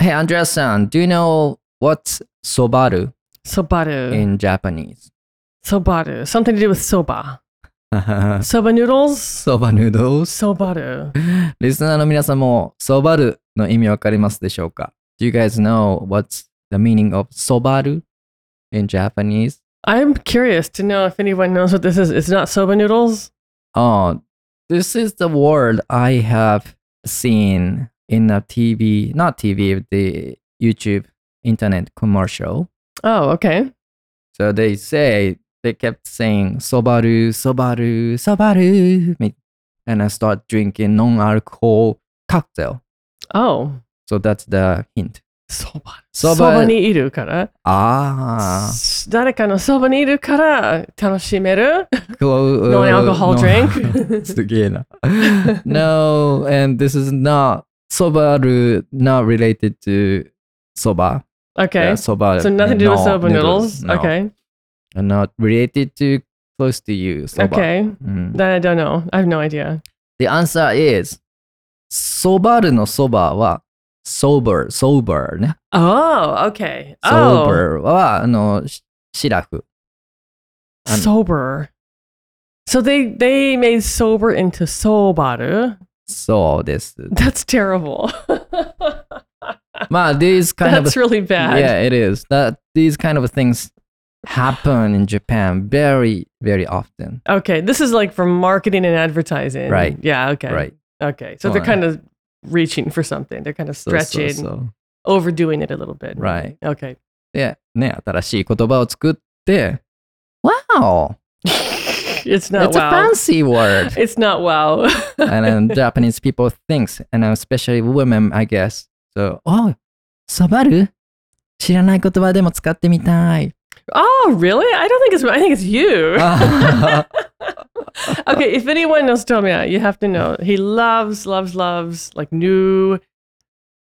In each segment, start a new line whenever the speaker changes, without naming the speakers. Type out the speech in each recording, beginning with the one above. Hey, Andreas san, do you know what's sobaru
Sobaru.
in Japanese?
Sobaru. Something to do with soba.
Uh-huh.
Soba noodles.
soba noodles?
Sobaru.
リスナーの皆さんも、ソバルの意味わかりますでしょうか ?Do you guys know what's the meaning of sobaru in Japanese?
I'm curious to know if anyone knows what this is. It's not soba noodles.
Oh, this is the word I have seen in a TV, not TV, the YouTube internet commercial.
Oh, okay.
So they say, they kept saying, Sobaru, Sobaru, Sobaru. me- And I start drinking non alcohol cocktail.
Oh.
So that's the hint.
Soba.
Soba-
そばにいるから。
Ah,
誰かのそばにいるから楽しめる
clo-
No
uh,
alcohol
no-
drink.
すげえな no, and this is not sobaru, not related to soba.
okay.
Yeah, soba.
so nothing to do with
no,
soba noodles.
no.
Okay.
And not related to close to you. Soba.
Okay.
Mm.
Then I don't know. I have no idea.
The answer is sobaru の soba は sober, sober ね。
Oh, okay. Oh,
Uh-huh. sober はあのしシラフ。
sober. So they they made sober into sobaru.
そうです。
That's terrible.
まあ、these kind of
That's really bad.
Yeah, it is. That these kind of things happen in Japan very, very often.
Okay. This is like for marketing and advertising.
Right.
Yeah. Okay.
Right.
Okay. So
Come
they're
on.
kind of reaching for something. They're kind of
So, so,
stretching,
so.
overdoing it a little bit.
Right.
Okay.
で、ね、新しい言葉を作って、Wow!
it's not
It's a
Oh, wow.
fancy word!
It's not wow.
and then Japanese people thinks, and especially women, I guess. So, oh, サバル知らない言葉でも使ってみたい。
oh, really? I don't think it's. I think it's
Uh-huh.
you.
あ
okay, if anyone knows Tomia, you have to know he loves, loves, loves like new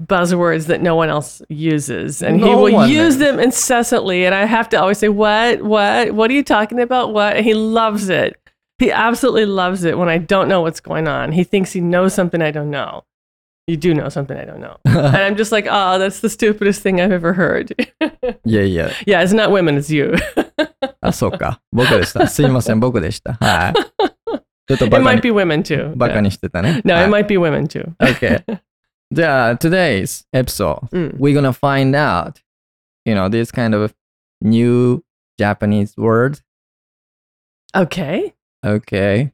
buzzwords that no one else uses, and he
No
will
one knows.
use them incessantly. And I have to always say, "What? What? What are you talking about? What?" And he loves it. He absolutely loves it when I don't know what's going on. He thinks he knows something I don't know. You do know something I don't know. and I'm just like, oh, that's the stupidest thing I've ever heard.
いやいや、
yeah, it's not women, it's you.
あ、そうか。僕でした。すいません、僕でした。はい。ちょっと
it
バカ
might
に
be women too.
バカ
Yeah.
にしてたね。
No,
はい
it might be women too.
Okay. yeah, today's episode,
Mm.
we're gonna find out, you know, this kind of new Japanese word.
Okay.
Okay.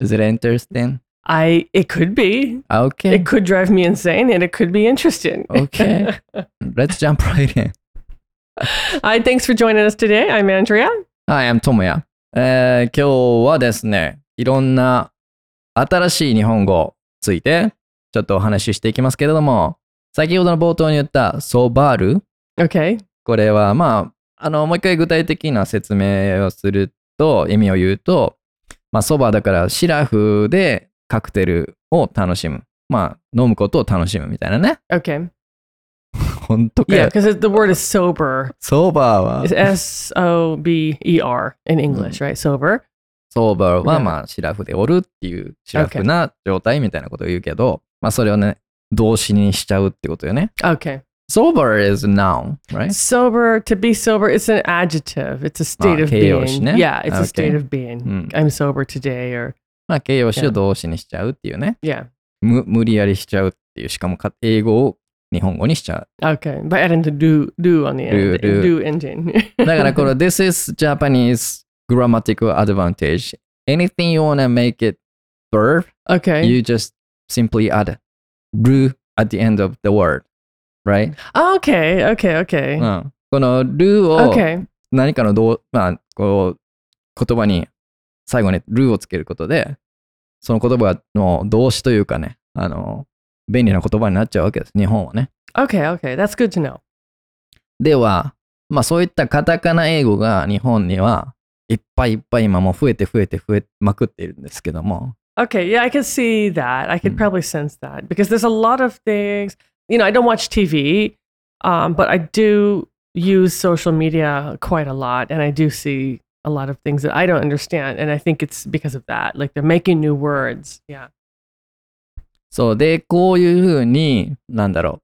Is it interesting?
I it could be.
Okay.
It could drive me insane and it could be interesting.
Oh. Okay. Let's jump right in.
Hi, thanks for joining us today. I'm Andrea.
Hi, I'm Tomoya. えー今日はですね、いろんな新しい日本語についてちょっとお話ししていきますけれども、先ほどの冒頭に言ったソバル
Okay.
これはまあ、あの、もう一回具体的な説明をすると、意味を言うと、まあ、そばだからシラフでカクテルを楽しむ。まあ、飲むことを楽しむみたいなね。
Okay.
本当か
Yeah,
よ。
because the word is sober.
そばは
It's、S O B E R in
Mm.
English, right? Sober.
そばは
Yeah.
まあ、シラフでおるっていう、シラフな状態みたいなことを言うけど、まあ、それをね、動詞にしちゃうってことよね。
Okay.
sober is a noun, right?
Sober, to be sober, it's an adjective. It's a state
Ah,
of
形容詞
being.
ね。
Yeah, it's a
Okay.
state of being.
Mm.
I'm sober today or
まあ、形容詞
Yeah.
を動詞にしちゃうっていうね。
yeah.
む無理やりしちゃうっていう、しかもか英語を日本語にしちゃう。
Okay. By adding the do do on the
Do,
end.
do.
Do ending.
だからこれ、This is Japanese grammatical advantage. Anything you wanna make it verb,
okay.
you just simply add る at the end of the word, right?
okay. Okay. Okay.
うんこのるを
okay.
何かのどう、まあ、こう言葉に最後にるをつけることで、その言葉の動詞というかね、あの、便利な言葉になっちゃうわけです、日本はね。
Okay, okay, that's good to know.
では、まあそういったカタカナ英語が日本にはいっぱいいっぱい今もう増えて増えて増えまくっているんですけども。
Okay, yeah, I could see that. I could
Mm.
probably sense that because there's a lot of things. You know, I don't watch TV, um, but I do use social media quite a lot, and I do see a lot of things that I don't understand, and I think it's because of that. Like they're making new words. Yeah.
そうで、こういうふうに、なんだろ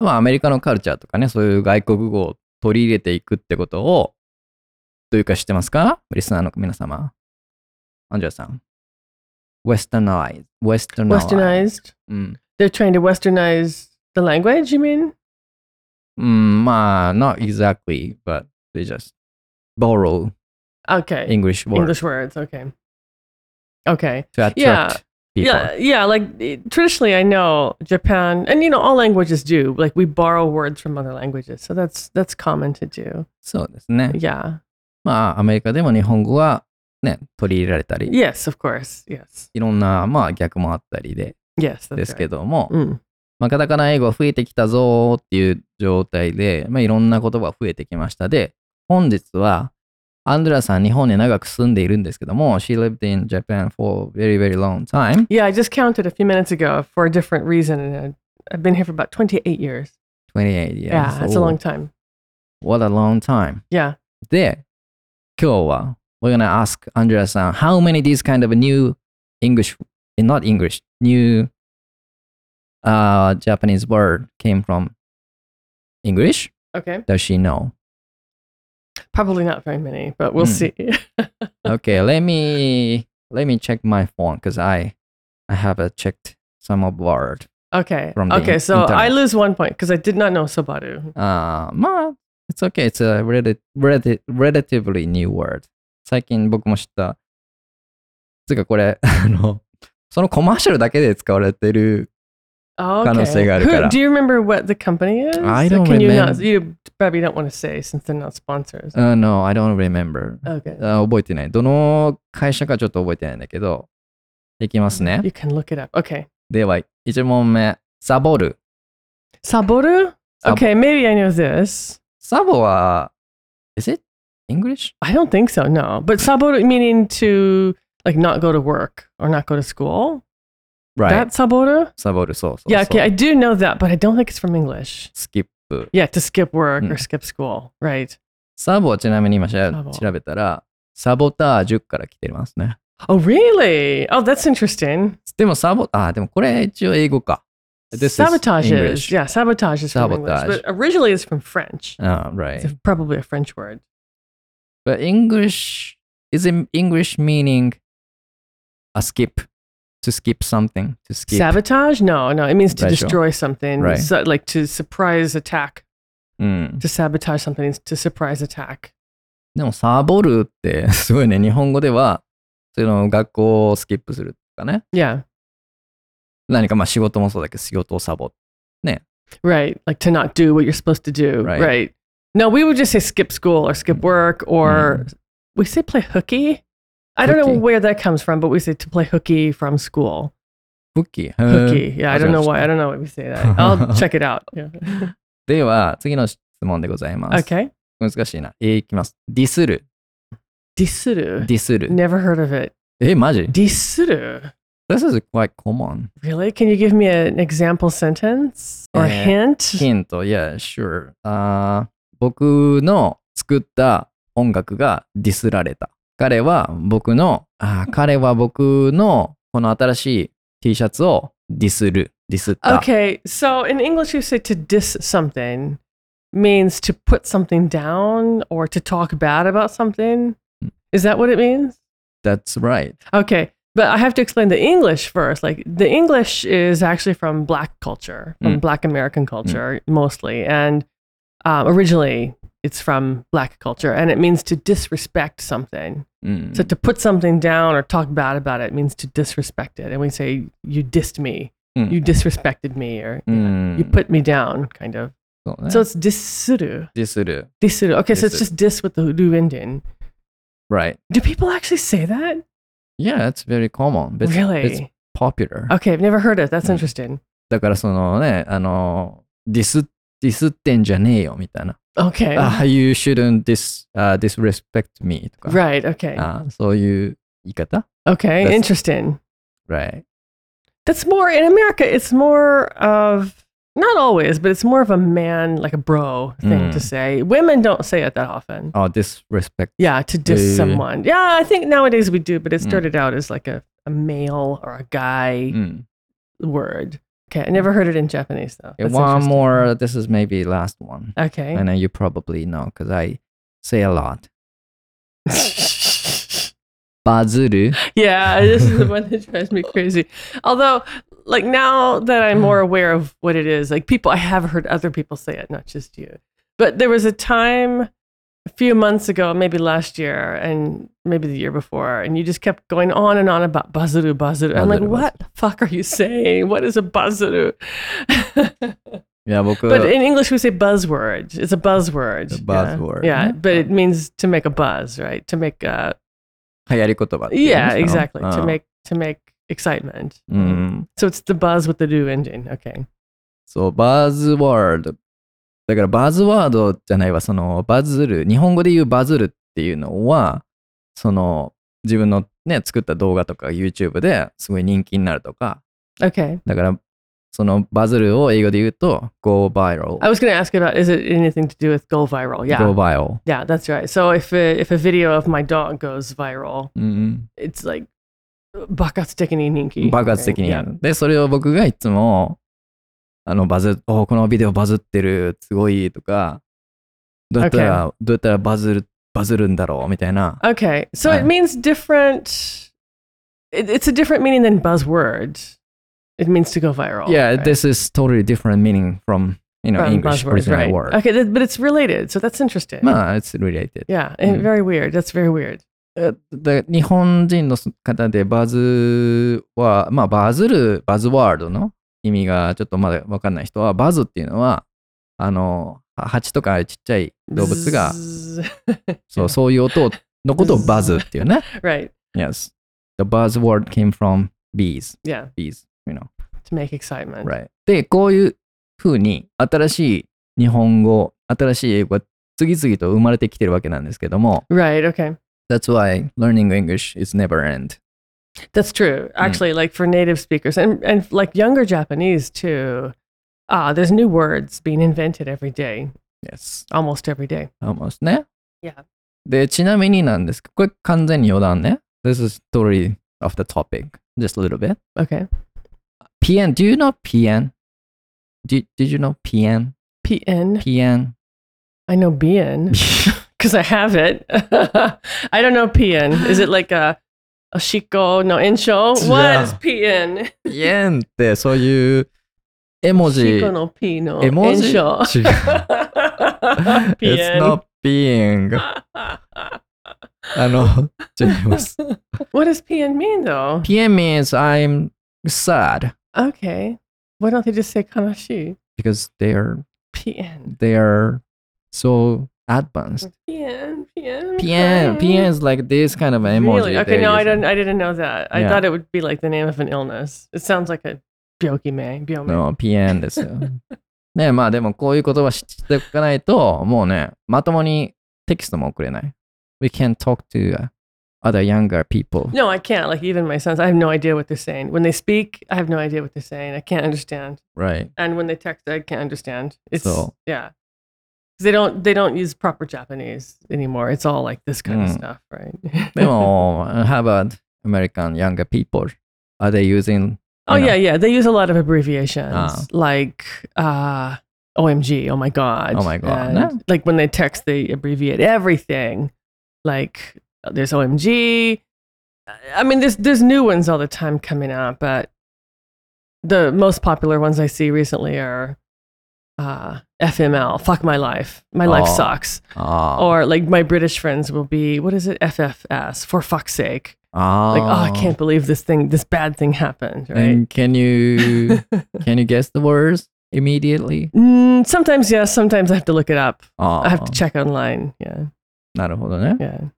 まあ、アメリカのカルチャーとかね、そういう外国語を取り入れていくってことを、どういうか知ってますかリスナーの皆様。アンジェラさん。westernized。westernized。
Westernized.
うん。
They're trying to westernize the language, you mean?
うん、まあ、not exactly, but they just borrow
Okay.
English word
English words. Okay. Okay.
to attract
Yeah.
people.
Yeah, yeah. Like it- traditionally, I know Japan, and you know all languages do. Like we borrow words from other languages, so that's that's common to do.
そうですね。
Yeah.
まあ、アメリカでも日本語はね、取り入れられたり、
Yes, of course. Yes.
いろんな、まあ、逆もあったりで
Yes. That's
ですけ
right.
ども、
Mm.
まあ、カタカナ英語増えてきたぞーっていう状態で、まあ、いろんな言葉増えてきました。で、本日は、アンドラさん、日本に長く住んでいるんですけども、She lived in Japan for very, very long time.
Yeah, I just counted a few minutes ago for a different reason, and I- I've been here for about twenty-eight years.
28 years.
Yeah, that's a
old.
long time.
What a long time.
Yeah.
で、今日は、we're gonna ask Andrea さん、how many these kind of new English, eh, not English, new、uh, Japanese word came from English?
Okay.
Does she know?
Probably not very many, but we'll
Mm.
see.
Okay, let me, let me check my phone because I, I have uh, checked some of word.
okay.
From the
okay.
in-
So I
internet.
lose one point because I did not know Sobaru.
あーまあ、it's okay. It's a relati- relati- relatively new word. 最近僕も知った。つうかこれ、 あの、そのコマーシャルだけで使われてる。
Okay.
可能性があるから。
Who, do you remember what the company is?
I
Or
don't
Can you not?
remember.
You probably don't want to say since they're not sponsors.
あ no, I don't remember.
Okay.
あ覚えてない。どの会社かちょっと覚えてないんだけど、いきますね
You。can look it up. Okay.
では、1問目。サボる。
Saboru?
サボ
Okay, maybe I know this.
サボは、is it English?
I don't think so, no. But saboru meaning to like not go to work or not go to school.
Right.
That saboru?
サボる、そうそうそう。
yeah, okay. I do know that, but I don't think it's from English.
スキップ。
Yeah, to skip work or
Mm.
skip school. Right.
サボはちなみに今しら
サボ
調べたら、サボタージュから来てますね。
Oh, really? Oh, that's interesting.
でもサボ、あ、でもこれ一応英語か。This is
sabotages.
English.
Yeah, sabotage is from English.
Sabotage.
But originally it's from French.
Ah, right.
It's probably a French word.
But English is in English meaning a skip, to skip something, to skip.
Sabotage? No, no. It means to
Right, sure.
destroy something,
Right.
so- like to surprise attack.
うん。
To sabotage something is to surprise attack.
でもサボるってすごいね。日本語では、その学校をスキップするとかね。
Yeah,
何かまあ仕事もそうだけど、仕事をサボ。
right. Like to not do what you're supposed to do.
Right. Mm.
Right. No, we would just say skip school or skip work or we say play hooky. I don't know
Hooky.
where that comes from, but we say to play hooky from school.
クッキー。へー
Hooky. Yeah, I don't know why. I
あ
don't know why we say that. I'll check it out. Yeah.
では、次の質問でございます。
Okay.
難しいな。えー、いきます。ディスる。
Disuru.
ディスる。
Never heard of it.
え、マジ
Disuru.
?This is quite common.
Really? Can you give me an example sentence or a
Eh,
hint?
ヒント、yeah, sure. あー僕の作った音楽がディスられた。彼は僕の、あー彼は僕のこの新しい T シャツをディスる。ディスった。
Okay, so in English, you say to diss something means to put something down or to talk bad about something. Is that what it means?
That's right.
Okay, but I have to explain the English first. Like the English is actually from Black culture, from
Mm.
Black American culture mostly, and um, originally it's from Black culture, and it means to disrespect something.
うん。
So to put something down or talk bad about it means to disrespect it, and we say you dissed me,
Mm.
you disrespected me, or
う
you
ん。
put me down, kind of.
そうね
So it's dissuru.
ディスる。
Dissuru. Okay, so it's
Dissuru.
just dis with the ru ending.
Right.
Do people actually say that?
Yeah, it's very common. It's, it's
really?
popular.
Okay, I've never heard it. That's
Mm.
interesting.
だからそのね、あの、ディス、ディスってんじゃねえよみたいな。
Okay.
Ah, you shouldn't dis, uh, disrespect me とか、
right. Okay.
あーそういう言い方
okay.
Ah, that's-
Interesting.
Right.
That's more in America. It's more of not always, but it's more of a man, like a bro thing to
Mm.
say. Women don't say it that often.
Oh, disrespect.
Yeah, to diss
Yeah, yeah, yeah.
someone. Yeah, I think nowadays we do, but it
Mm.
started out as like a, a male or a guy
うん。
word. Okay, I never heard it in Japanese though. That's
one
interesting.
more. This is maybe last one.
Okay.
I know you probably know because I say a lot. バズる
yeah, this is the one that drives me crazy. Although, like now that I'm more aware of what it is, like people, I have heard other people say it, not just you. But there was a time a few months ago, maybe last year, and maybe the year before, and you just kept going on and on about bazuru, bazuru. I'm like,
Bazuru,
what the fuck are you saying? What is a bazuru?
いや、僕、
But in English, we say buzzword. It's a buzzword.
Uh, A
yeah.
buzzword.
Yeah, but it means to make a buzz, right? To make, uh,
流行り言葉っていうんです
yeah,
か
exactly.
うん
To make to make excitement.
うん。
So it's the buzz with the do engine. Okay.
そう、バズワード。だから、バズワードじゃないわ、その、バズる。日本語で言うバズるっていうのは、その、自分のね、作った動画とか YouTube ですごい人気になるとか、
Okay.
だから、そのバズるを英語で言うと、go viral。
I was going to ask about is it anything to do with go viral? Yeah.
go viral。
yeah, that's right. So if a, if a video of my dog goes viral,
うん、
it's like bakatsutekini
うん
ninki.
爆発的にや
Yeah.
る。で、それを僕がいつも、あの、バズ、おこのビデオバズってる、すごい、とか、どうやったら、どうやったらバズる、バズるんだろう、みたいな。
Okay. So
Uh.
it means different it, it's a different meaning than buzzword. It means to go viral.
Yeah,
right?
this is totally different meaning from you know
From
English
buzzwords,
original
right.
word.
Okay, th- but it's related. So that's interesting.
まあ、it's related.
Yeah, and
Mm.
very weird. That's very weird.
えで日本人の方でバズは、まあ、バズる、バズワールドの意味がちょっとまだわかんない人は、バズっていうのは、あの、は蜂とかちっちゃい動物が、
Bzzz.
そうそういう音をのことをバズっていうね。
right.
yes. The buzz word came from bees.
Yeah,
Bees, you know.
to make excitement.
Right. で、こういうふうに新しい日本語、新しい英語が次々と生まれてきてるわけなんですけども、
Right. Okay.
That's why learning English is never end.
That's
Mm.
true. Actually, like for native speakers and, and like younger Japanese too. Ah, there's new words being invented every day,
Yes.
almost every day.
Almost ね。
Yeah.
で、ちなみになんですけど、これ完全に余談ね。This is totally off the topic. Just a little bit.
Okay.
PN, do you know PN? Did, did you know PN?
PN.
PN?
I know BN because I have it. I don't know PN. Is it like a Oshiko no Insho? What is
Yeah.
PN?
PN ってそういう絵文字。
Oshiko no P no
絵文字
Insho.
違う It's
PN.
not being. あの、違い ます。
what does PN mean though?
PM means I'm sad
Okay. Why don't they just say kanashi?
because they're
PN.
they're so advanced.
PN. PN.
PM PM is like this kind of an emoji.
Really? Okay,
they're
no, I
using.
didn't I didn't know that. I
Yeah.
thought it would be like the name of an illness. It sounds like a byokime. Byome.
No, PM ですよ。 ねまあでもこういう言葉知っておかないと、もうね、まともにテキストも送れない。We can talk to other younger people.
No, I can't. Like even my sons, I have no idea what they're saying. When they speak, I have no idea what they're saying. I can't understand.
Right.
And when they text, I can't understand. It's
So-
yeah. 'Cause They don't they don't use proper Japanese anymore. It's all like this kind of
Mm.
stuff, right?
でも、how about American younger people? Are they using
Oh
you know.
yeah, yeah. They use a lot of abbreviations
Ah.
like uh, OMG, oh my god,
Oh my God,
And,
no.
Like when they text, they abbreviate everything. Like uh, there's OMG. I mean, there's there's new ones all the time coming out, but the most popular ones I see recently are uh, FML, fuck my life, my life
Oh.
sucks,
あー
or like my British friends will be what is it FFS for fuck's sake,
あー
like oh I can't believe this thing, this bad thing happened, right?
And can you can you guess the words immediately?
Mm, sometimes yes, sometimes I have to look it up.
あ
I have to
あ、
check online. Yeah,
なるほどね。
yeah,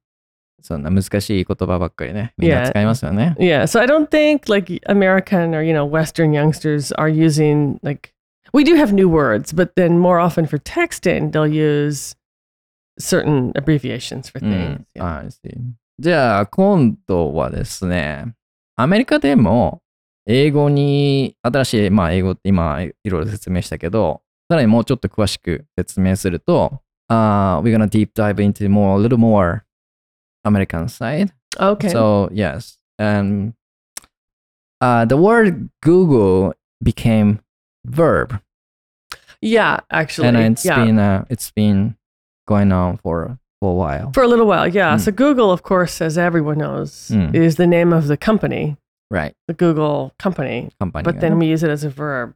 そんな難しい言葉ばっかりね。みんな
Yeah.
使いますよね。
yeah. So I don't think like American or you know Western youngsters are using like we do have new words, but then more often for texting they'll use certain abbreviations for
う
things.
ん。
Yeah.
あー Mm, I see じゃあ今度はですね、アメリカでも英語に新しい、まあ、英語って今いろいろ説明したけど、さらにもうちょっと詳しく説明すると、あー we're gonna deep dive into more, a little more American side.
Okay.
So yes, and uh, the word Google became verb,
Yeah, actually.
and it's
yeah.
been uh, it's been going on for for a while.
for a little while, yeah.
Mm.
So Google, of course, as everyone knows,
Mm.
is the name of the company,
right,
the Google company.
company.
But then we use it as a verb,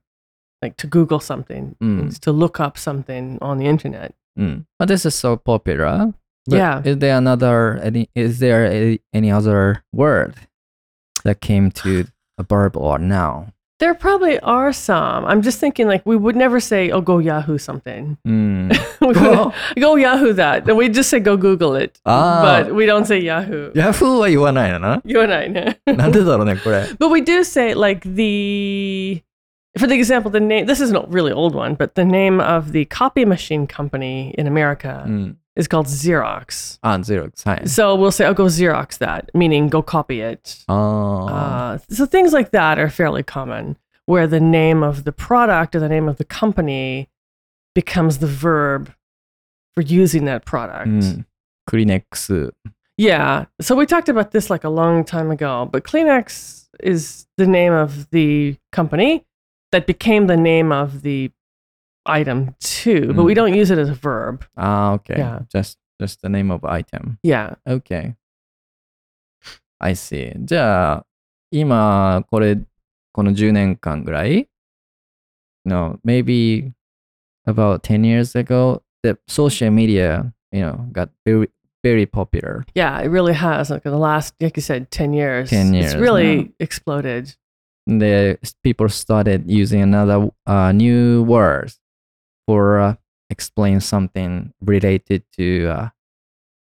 like to Google something,
Mm.
is to look up something on the internet.
Mm. But this is so popular. But
Yeah.
Is there another? Any, is there a, any other word that came to a verb or noun?
There probably are some. I'm just thinking, like, we would never say, oh, go Yahoo something.
Mm.
We would-
Well-
go Yahoo that. Then We just say go Google it.
Ah.
But we don't say Yahoo.
ヤフーは言わないよな。
You and I know.
なんでだろうね、これ。
But we do say like the for the example, the name this is not really old one, but the name of the copy machine company in America
うん。
is called Xerox.
あ、ゼロ、はい。
So we'll say, Oh go Xerox that, meaning go copy
Ah.
it.
ああ。
Uh, so things like that are fairly common, where the name of the product or the name of the company becomes the verb for using that product.
うん。クリネックス。
Yeah. So we talked about this like a long time ago, but Kleenex is the name of the company that became the name of the item too, but we
Mm.
don't use it as a verb.
ああ、okay. Ah,
Yeah.
Just, just the name of item.
Yeah.
Okay. I see. じゃあ、今、これ、この10年間ぐらい No, maybe about 10 years ago, the social media, you know, got very, very popular.
Yeah. It really has. Like in the last, like you said, 10 years.
10 years,
It's really
yeah.
exploded.
the people started using another uh, new words for uh, explain something related to uh,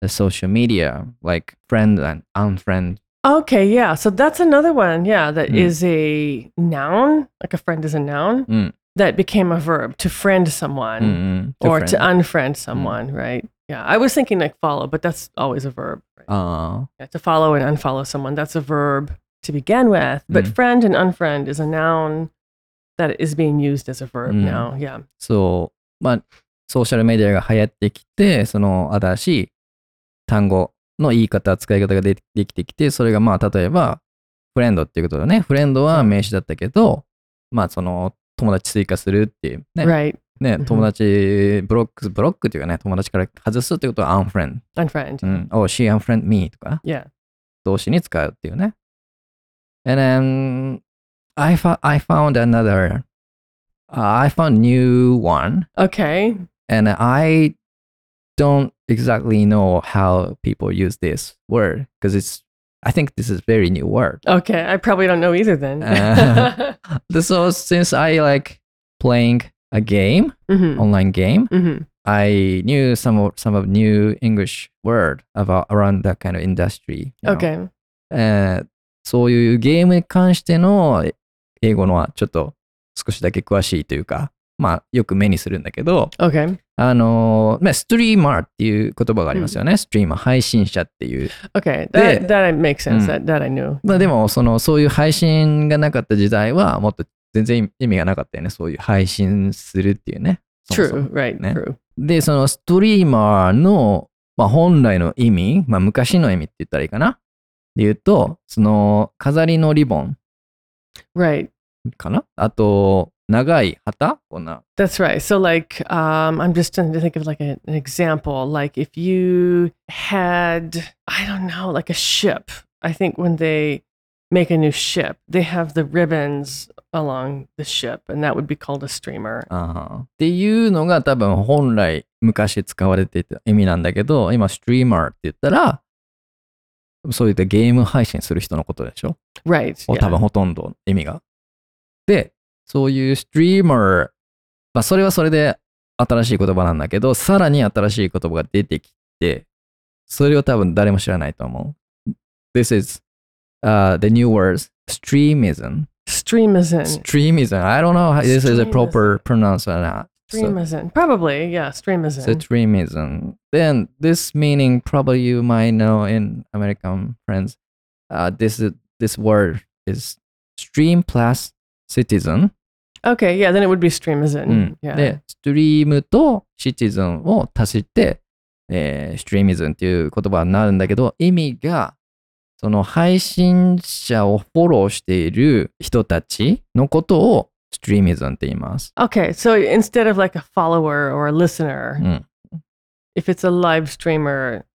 the social media, like friend and unfriend.
Okay. Yeah. So that's another one. Yeah. that
Mm.
is a noun, like a friend is a noun
Mm.
that became a verb to friend someone.
Mm,
or to
friend. Hmm.
unfriend someone, right? Yeah, I was thinking like follow, but that's always a verb. right?
uh,
Yeah, to follow and unfollow someone, that's a verb to begin with. But
Mm.
friend and unfriend is a noun that is being used as a verb
Mm.
now. Yeah.
そう、まあ、ソーシャルメディアが流行ってきて、その新しい単語の言い方、使い方がでできてきて、それがまあ、例えば、フレンドっていうことだね。フレンドは名詞だったけど、まあ、その、友達追加するっていうね。
Right.
ね、
うん
友達ブロック、ブロックっていうかね、友達から外すってことは unfriend。
Unfriend.
うん。oh, she unfriend me とか、
Yeah.
動詞に使うっていうね。And then, I, fo I found another,、I uh, found new one,
Okay.
and I don't exactly know how people use this word, because it's, I think this is very new word.
Okay. I probably don't know either then. Mm-hmm,
Uh. So since I like playing a game,
hmm
online game,
hmm
I knew some of, some of new English word about around that kind of industry. you know.
Okay.
えーそういうゲームに関してのえ英語のはちょっと少しだけ詳しいというか、まあよく目にするんだけど、
Okay.
あのーまあストリーマーっていう言葉がありますよね。ストリーマー、配信者っていう。
Okay.
Yeah.
That that makes sense.
Mm.
That that I knew.
まあでも、その、そういう配信がなかった時代はもっと全然意味がなかったよね。そういう配信するっていうね。そも
True.
そも
Right.
Yeah.
True.
で、そのストリーマーの、まあ、本来の意味、まあ、昔の意味って言ったらいいかな。で言うと、その飾りのリボン
Right.
かなあと、長い旗こんな。
That's right. So, like, um, I'm just trying to think of like a, an example. Like, if you had, I don't know, like a ship. I think when they make a new ship, they have the ribbons along the ship, and that would be called a streamer.
あーっていうのが多分本来昔使われていた意味なんだけど、今、ストリーマーって言ったら、そういったゲーム配信する人のことでしょ
Right.
多分
Yeah.
ほとんど意味が。で、そういうストリーマー、まあ、それはそれで新しい言葉なんだけど、さらに新しい言葉が出てきて、それを多分誰も知らないと思う。This is、the new words streamism.
Streamism.
Streamism. I don't know how this is a
Streamism.
proper pronounce or not. So,
Streamism. Probably. Yeah.
so
Streamism.
streamism. Then this meaning probably you might know in American friends. Uh, this is this word is stream plus citizen.
Okay. Yeah. Then it would be streamism.
うん、
Yeah.
で、ストリームとシチズンを足して、えー、ストリーミズンっていう言葉になるんだけど、意味が、その配信者をフォローしている人たちのことを streamism って言います。
Okay, so instead of like a follower or a listener,
Mm.
if it's a live streamer,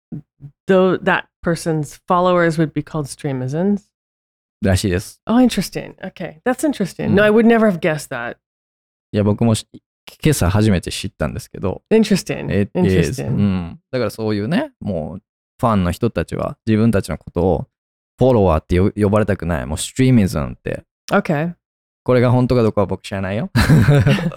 though that person's followers would be called streamisms.
らしいです。
Oh, interesting. Okay, that's interesting. No,
Mm.
I would never have guessed that.
いや、僕もし今朝初めて知ったんですけど、
Interesting.
It is. う
interesting.
ん、だからそういうね、もうファンの人たちは自分たちのことをフォロワーってよ呼ばれたくない、もうストリーミズンって。
Okay,
これが本当かどうかは僕知ら ないよ。Uh,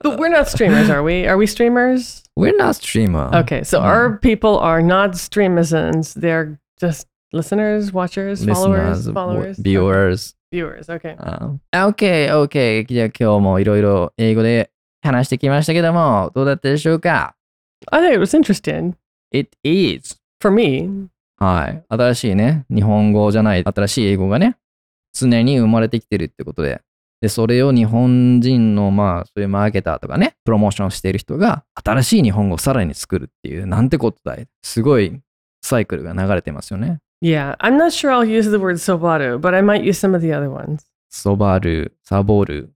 but we're not streamers, are we? Are we streamers?
We're not streamer.
Okay, so
mm.
our people are not streamisms. They're just listeners, watchers, followers,
Listeners,
followers,
viewers.
viewers. Okay.
あ OK, OK. じゃあ今日もいろいろ英語で話してきましたけども、どうだったでしょうか
I think it was interesting
?It is.
for me.
はい。新しいね、日本語じゃない新しい英語がね、常に生まれてきてるってことで。で、それを日本人の、まあ、そういうマーケターとかね、プロモーションしている人が、新しい日本語をさらに作るっていう、なんてことだい。すごいサイクルが流れてますよね。
Yeah, I'm not sure I'll use the word sobaru, but I might use some of the other ones.
ソバル、サボル、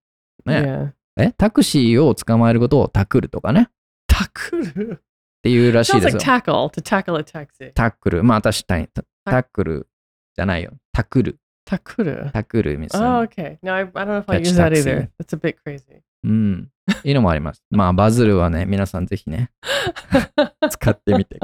ね。
Yeah.
え、タクシーを捕まえることをタクルとかね、っ
Takuru.
ていうらしい
Sounds
です
like
よ。
tackle, to tackle a taxi.
タックル。まあ、確かに、タタックルじゃないよ。タクル。
Takuru.
タクル、ミス。
Oh, okay. No, I, I don't know if I'll
Catch
use that
taxi.
either. That's a bit crazy.
うん。いうのもあります。まあ、バズルはね、皆さんぜひ ね、使ってみて。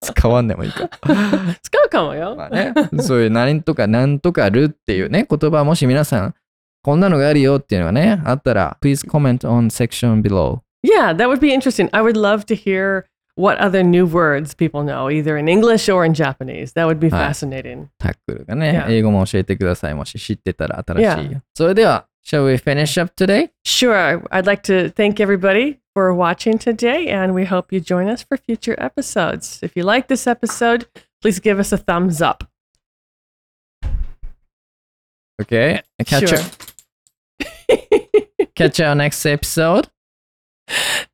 使わんでもいいか。 まあ
使うかもよ。
ね、そういう何とか何とかるっていうね、言葉もし皆さん、こんなのがあるよっていうのがね、あったら、please comment on section below.
Yeah, that would be interesting. I would love to hear what other new words people know, either in English or in Japanese. That would be
Hi.
fascinating.
タックルがね、
Yeah.
英語も教えてください。もし知ってたら新しい。それでは、shall we finish up today?
Sure. I'd like to thank everybody for watching today, and we hope you join us for future episodes. If you like this episode, please give us a thumbs up.
Okay. Catch,
Sure.
you- catch you next episode.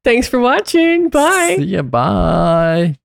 Thanks for watching. Bye.
See ya. Bye.